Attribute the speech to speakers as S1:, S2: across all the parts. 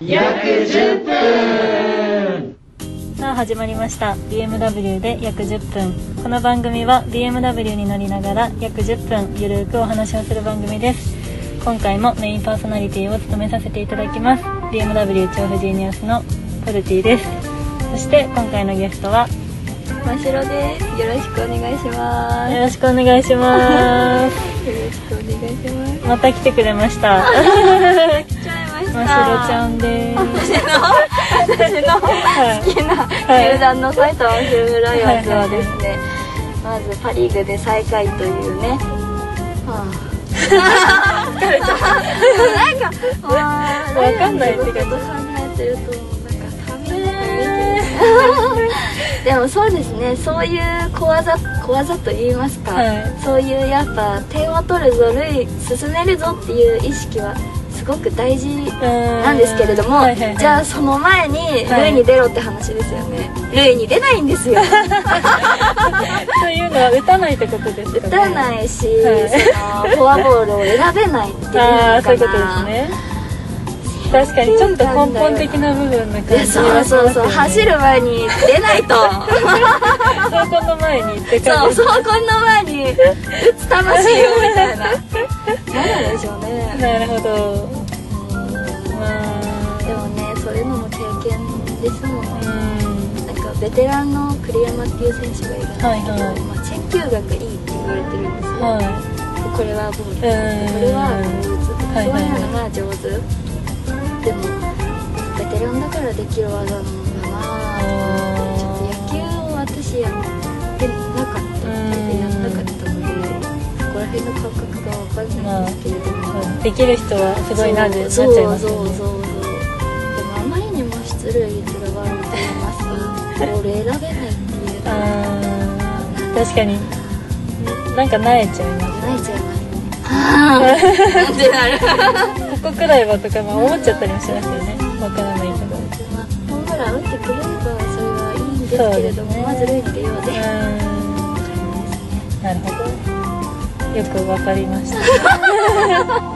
S1: 約10分
S2: さあ始まりました BMW で約10分この番組は BMW に乗りながら約10分ゆるーくお話をする番組です今回もメインパーソナリティを務めさせていただきます BMW 調布ジーニアスのポルティですそして今回のゲストは
S3: マシロです。よろしくお願いします。
S2: よろしくお願いします
S3: よろしくお願いします。
S2: また来てくれました
S3: 来ちゃいま
S2: マ
S3: し
S2: シ
S3: た。
S2: ロちゃんです
S3: 私の好きな球団の埼玉西武ライオンズはですね、まずパ・リーグで最下位というね。はあ、疲れた。なんか、
S2: わかんないって
S3: け
S2: 感じ
S3: ど、考えてると、なんか、ためになるけどでもそうですね、そういう小技、小技と言いますか、
S2: はい
S3: そういうやっぱ点を取るぞ、塁進めるぞっていう意識はすごく大事なんですけれども、
S2: はいはいはい
S3: じゃあその前に
S2: はい
S3: 塁に出ろって話ですよね、塁に出ないんですよ
S2: というのは打たないってことですかね
S3: 打たないし、
S2: はい
S3: そのフォアボールを選べないっていうの
S2: ああーそういうこと
S3: か
S2: です
S3: な
S2: ね確かにちょっと根本的な部分な感
S3: い
S2: じ
S3: や
S2: がし
S3: そう
S2: ますよ
S3: そ
S2: ね
S3: うそう走る前に出ないと
S2: 走行の前に行ってから
S3: そうそうこんな前に打つ魂をみ たいななんでしょうね
S2: なるほど
S3: うん
S2: まあ
S3: でもねそういうのも経験ですもんね
S2: うん
S3: なんかベテランの栗山っていう選手がいるんですけど、
S2: はいはい
S3: まあ、選球眼がいいって言われてるんですよ、
S2: は
S3: これはボールこ
S2: う
S3: れ
S2: ん
S3: はこう打つとか、
S2: はいはい
S3: そういうのが上手でもベテランだからできる技なの
S2: い
S3: かなちょっと
S2: あ
S3: 野球を私やってなかったのでやんなかったのでそこら辺の感覚がわかんないんですけれども、
S2: ーできる人はすごいなってなっちゃいます
S3: そう
S2: よ
S3: そう
S2: ね
S3: そうそうでもあまりにも出塁率が悪いと言いますかボール選べないっていうか
S2: あー確かになんか慣れちゃいま
S3: ないじゃないなんてなる
S2: すここくらいはとかまあ思っちゃったりもしますよねわからないけどう
S3: まあホームラン打ってくれればそれはいいんですけれども、
S2: そうですね
S3: まず塁に出ようぜ
S2: ーんなるほどよくわかりました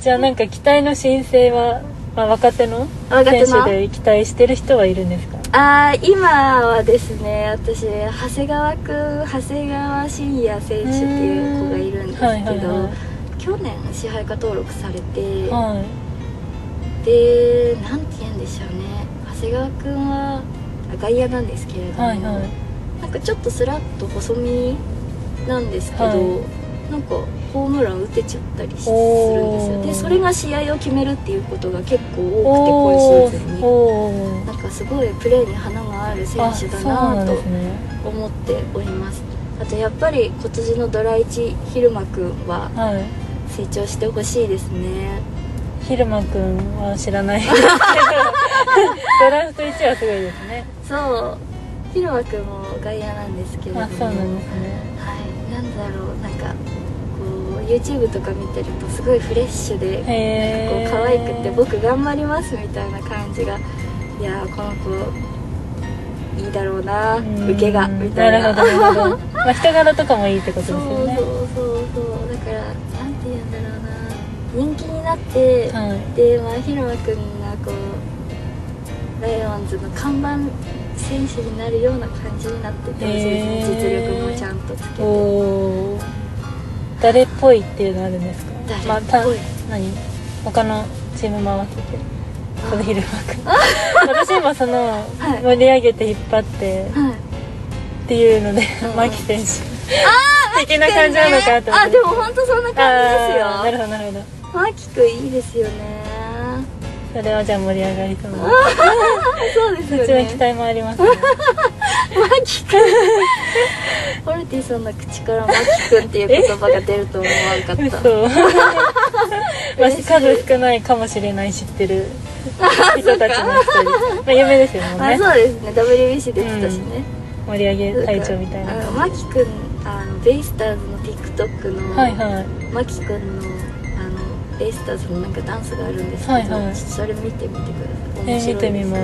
S2: じゃあなんか期待の新星は、まあ、若手の
S3: 若手
S2: 選
S3: の
S2: 手で期待してる人はいるんですか
S3: あー今はですね私長谷川くん長谷川慎也選手っていう子がいるんですけど、
S2: はいはいは
S3: 去年支配下登録されて、
S2: い、はい、
S3: でなんて言うんでしょうね長谷川君は外野なんですけれども、
S2: はいはい
S3: なんかちょっとスラッと細身なんですけど、
S2: は
S3: なんかホームラン打てちゃったりするんです
S2: おー
S3: よでそれが試合を決めるっていうことが結構
S2: お
S3: 多くて今シーズン
S2: ー
S3: に
S2: おー
S3: なんかすごいプレーに花がある選手だなと
S2: ね
S3: 思っておりますあとやっぱり今年のドラ1昼間くんは
S2: はい
S3: 成長してほしいですね
S2: 昼間くんは知らないですけど ドラフト1はすごいですね
S3: そうひろくんも外野なんですけれども
S2: あそうなんですね
S3: はいなんだろうなんかこう YouTube とか見てるとすごいフレッシュでこう
S2: へえ
S3: 可愛くて僕頑張りますみたいな感じがいやーこの子いいだろうな
S2: うん
S3: 受けがみたいな
S2: るほどなるほど、まあ、人柄とかもいいってことです
S3: そう
S2: よ
S3: そう
S2: ね
S3: そうそうだからなんて言うんだろうな人気になって、
S2: はい
S3: でまあひろまくんがこうライオンズの看板選手になるような感じになっててほしいですね、
S2: へー
S3: 実力もちゃんとつけて
S2: おー誰っぽいっていうのあるんですか
S3: 誰っぽい
S2: まあた何他のチームも合わせてこの昼間くん私今その
S3: はい
S2: 盛り上げて引っ張って
S3: はい
S2: っていうので
S3: うん
S2: 牧選手的な感じなのかと思って
S3: あでも本当そんな
S2: あー
S3: 感
S2: な
S3: じ
S2: る
S3: ですよ
S2: ほどなるほど
S3: マキくんいいですよね
S2: それはじゃあ盛り上がりそうな
S3: あそうです
S2: そ
S3: よ
S2: っちの期
S3: ね
S2: 待もありますね
S3: マキくんホルティさんの口からマキくんっていう言葉が出ると思わなかっ た
S2: そうまあ数少ないかもしれない知ってる人たちの一人まあ有名ですよ
S3: あ
S2: ね
S3: そうですね WBC 出てたしね、
S2: 盛り上げ隊長みたいな
S3: あのマキくんあのベイスターズの TikTok の、
S2: はいはい
S3: マキくんのあのベイスターズのなんかダンスがあるんですけど、
S2: はいはい
S3: ちょっとそれ見てみてください
S2: えー
S3: 面白い
S2: 見てみま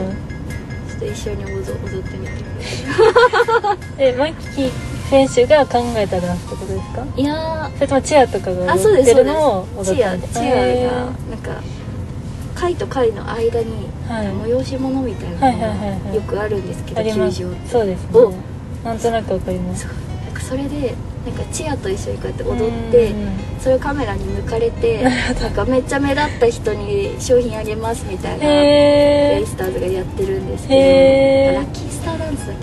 S3: ですすちょっと一緒に踊踊ってみてくださ
S2: えマッキー選手が考えたダンスってことですか
S3: いいや
S2: それともチアとか
S3: ー
S2: が
S3: あそう
S2: 踊っ
S3: で
S2: て
S3: すそ
S2: る
S3: うで
S2: のを踊
S3: す
S2: っ
S3: チ
S2: た
S3: ア
S2: みたい
S3: チア
S2: なへ
S3: がなんか階と階の間に、
S2: はい
S3: 催し物みたいなの
S2: はいはいはいは
S3: が
S2: い
S3: よくあるんですけど、
S2: あります
S3: 球場って
S2: そうですね
S3: お
S2: なんとなくわかります
S3: そうなんかそれでなんかチアと一緒にこうやって踊ってそれをカメラに抜か れてなんかめっちゃ目立った人に商品あげますみたいな
S2: へ
S3: ベ
S2: え
S3: イスターズがやってるんです
S2: へ
S3: け
S2: ー
S3: どラッキースターダンスだっ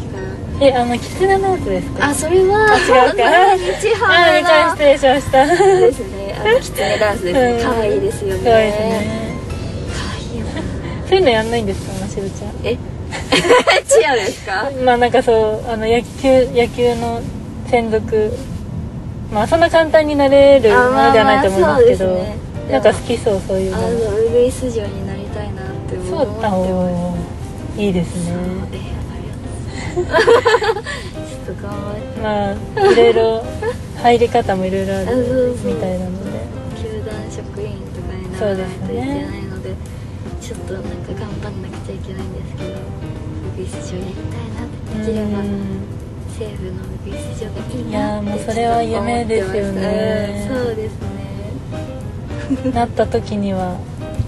S3: けかな
S2: えあのキツネのやつですか
S3: あそれは
S2: 違うか
S3: 日
S2: あめちゃ
S3: ハ
S2: 失礼しました可
S3: ムですねあのキツネダンスですね可愛いですよね
S2: 可愛いですね
S3: 可愛いよ
S2: そういうのやんないんですかましろちゃん
S3: え チアですか
S2: まあなんかそうあの野球野球の専属まあそんな簡単になれるも
S3: あま
S2: の
S3: あ
S2: ではないと思いますけど、
S3: まあそうですねでも
S2: なんか好きそうそういう
S3: あ
S2: の
S3: のウグイス嬢になりたいなって思って
S2: そうだおーいいですね
S3: えありがとう ちょっと頑張って
S2: まあいろいろ入り方もいろいろあ
S3: あそう
S2: る
S3: そ
S2: み
S3: う
S2: たいなので
S3: 球団職員とかにならないといけないのでちょっとなんか頑張んなくちゃいけないんですけどウグイス嬢やりたいなってできれ
S2: う
S3: ば
S2: ん
S3: 西武のウグイス嬢がいい
S2: いや
S3: な
S2: ー
S3: っ
S2: もう
S3: て
S2: それは夢ですよね
S3: ちょっと思ってますうんそうですね
S2: なった時には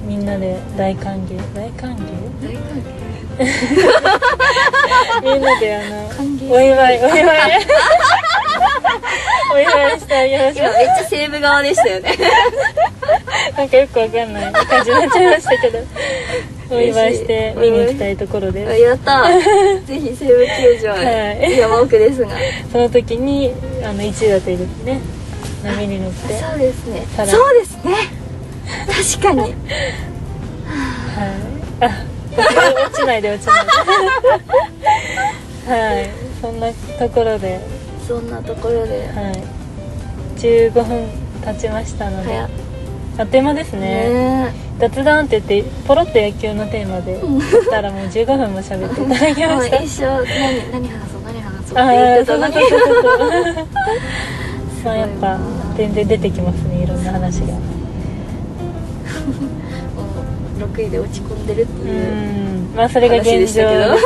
S2: みんなで大歓迎大歓迎
S3: 大歓迎
S2: みんなであの
S3: 歓迎
S2: お祝いお祝いお祝いしてあげましょ
S3: 今めっちゃ西武側でしたよね
S2: うなんかよくわかんない感じになっちゃいましたけどお祝いして見に行きたいところ
S3: あ
S2: です
S3: やったーぜひ西武球場へ、
S2: はい
S3: 山奥ですが
S2: その時にあの一打というですね波に乗って
S3: そうですね
S2: さらに
S3: そうですね確かに
S2: はい。あ、落ちないで落ちないで。はい。そんなところで、
S3: そんなところで
S2: はい。15分経ちましたので
S3: 早、
S2: あっという間ですね。
S3: ね
S2: 雑談って言ってポロッと野球のテーマで言ったらもう15分も喋っていただき
S3: えも
S2: ま
S3: う
S2: した。
S3: 一生何何話そう何話 そうって言っ
S2: ああ、
S3: て
S2: そ
S3: た
S2: う
S3: の
S2: そう
S3: に
S2: そうそうそう。まあやっぱ全然出てきますね。いろんな話が。
S3: もう6位で落ち込んでるって
S2: う
S3: いう、
S2: ん。まあそれが現状。
S3: 話で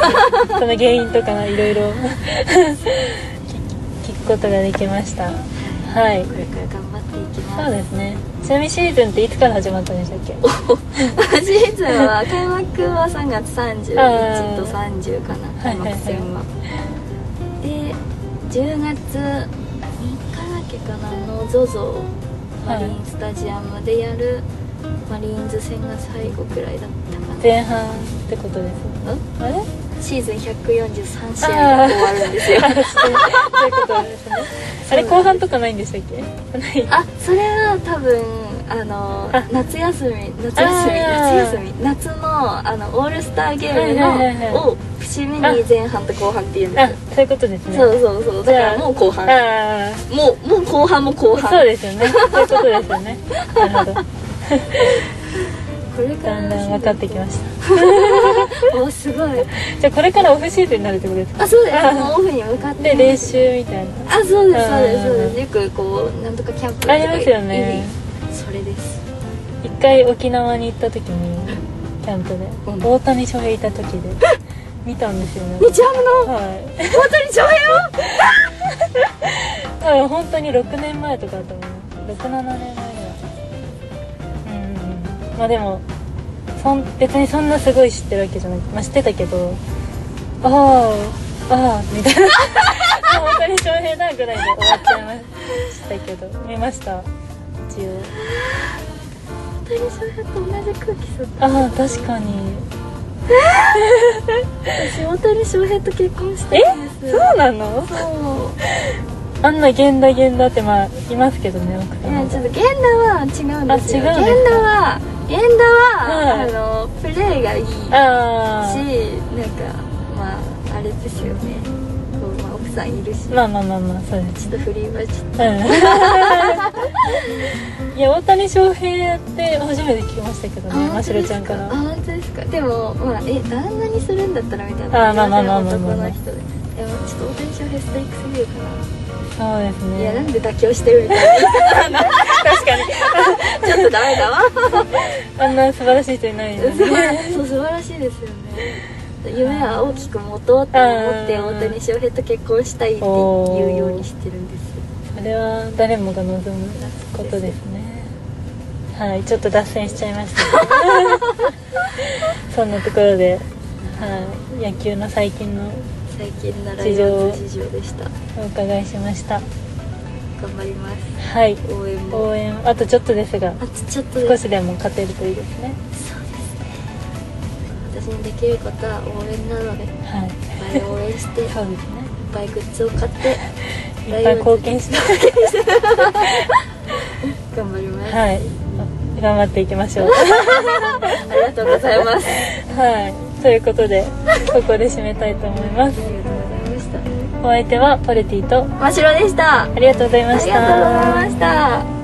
S2: その原因とかいろ いろ聞くことができました。はい。
S3: これから頑張っていきます
S2: そうですね。ちなみにシーズンっていつから始まったんでしたっけ？は
S3: シーズンは開幕は3月31と30かな
S2: はいはいはい
S3: 開幕戦は、で10月3日だっけかなの ZOZO マリンスタジアムでやるマリーンズ戦が最後くらいだったかな
S2: 前半ってことです。
S3: ん
S2: あれ？
S3: シーズン143試合が終わるんですよ
S2: あー そういうことですね。あれ後半とかないんでしたっけ？ない。
S3: あそれは多分あの
S2: あ
S3: 夏休み夏休み
S2: あー
S3: 夏休み夏のあのオールスターゲ
S2: はいはいはい
S3: ーム
S2: は
S3: のを節目に前半と後半っていうんで
S2: あ
S3: すよ、
S2: そういうことですね。
S3: そうそうそうだからもう後半
S2: ああ。
S3: もうもう後半も後半
S2: そうですよね。そういうことですよね。なるほど。
S3: これか
S2: だ
S3: ら
S2: んだん分かってきました。
S3: たおすごい
S2: じゃあこれからオフシーズンになるってことですか？
S3: あそうですもうオフに向かって
S2: で練習みたいな。
S3: あそうですそうです
S2: うん
S3: そうですよくこうなんとかキャンプとか
S2: ありますよね
S3: それです
S2: 一回沖縄に行った時にキャンプで、
S3: うん
S2: 大谷翔平いた時で見たんですよね
S3: 日ハムの
S2: は
S3: 本当に翔平を
S2: い多分本当に6年前とかだと思います67年前ぐらいうんうんうんまあでもそん別にそんなすごい知ってるわけじゃなくまあ知ってたけどああああみたいなあ大谷翔平だぐらいで終わっちゃいましたけど見ました一応
S3: 本当に翔平と同じ空気吸って
S2: ああ確かに
S3: 私本当に翔平と結婚し
S2: え
S3: たいんです
S2: そうなの
S3: そう
S2: あんな現代現代ってまあいますけどね奥
S3: い
S2: さ
S3: や
S2: ん
S3: ちょっと源田は違うんですよ
S2: あ違うん
S3: 源
S2: です
S3: 田は源田は、
S2: はい
S3: あのプレーがいいし
S2: ああ
S3: なんかまああれですよねこう、まあ、奥さんいるし、
S2: まあまあまあまあそうです
S3: ちょっとフリーバチ
S2: うん いや大谷翔平って初めて聞きましたけどねましろちゃんから
S3: あ本当ですかでもまあえ旦那にするんだったらみたいな
S2: あまあまあまあまあまあ
S3: 男の人ででもちょっと大谷翔平ストイックすぎるか
S2: そうです
S3: な、
S2: ね
S3: いやなんで妥協してるみたいな
S2: 確かに
S3: ちょっとダメだわ
S2: あんな素晴らしい人いないよ
S3: 素晴
S2: ね
S3: らそう素晴らしいですよね 夢は大きく持とうと思って
S2: うん
S3: 大谷翔平と結婚したいっていうようにしてるんです
S2: それは誰もが望むことですねははい、ちょっと脱線しちゃいました そんなところで、はい、野球の最近の
S3: 最近なライオンズ事情でした
S2: お伺いしました
S3: 頑張ります
S2: はい
S3: 応援も
S2: 応援あとちょっとですが
S3: あとちょっと
S2: 少
S3: です
S2: しでも勝てるといいですね
S3: そうですね私にできることは応援なのでいっ
S2: はい
S3: ぱい応援していっ
S2: そうですね
S3: ぱいグッズを買って
S2: いっぱい貢献して
S3: 頑張ります、
S2: はい頑張っていきまし ょう
S3: ありがとうございますあ
S2: はいということでここで締めたいと思います
S3: りがとうございまし
S2: お
S3: た
S2: 相手はポルティと
S3: 真っ白でした
S2: ありがとうござい
S3: あ
S2: まし
S3: り
S2: た
S3: がとうございました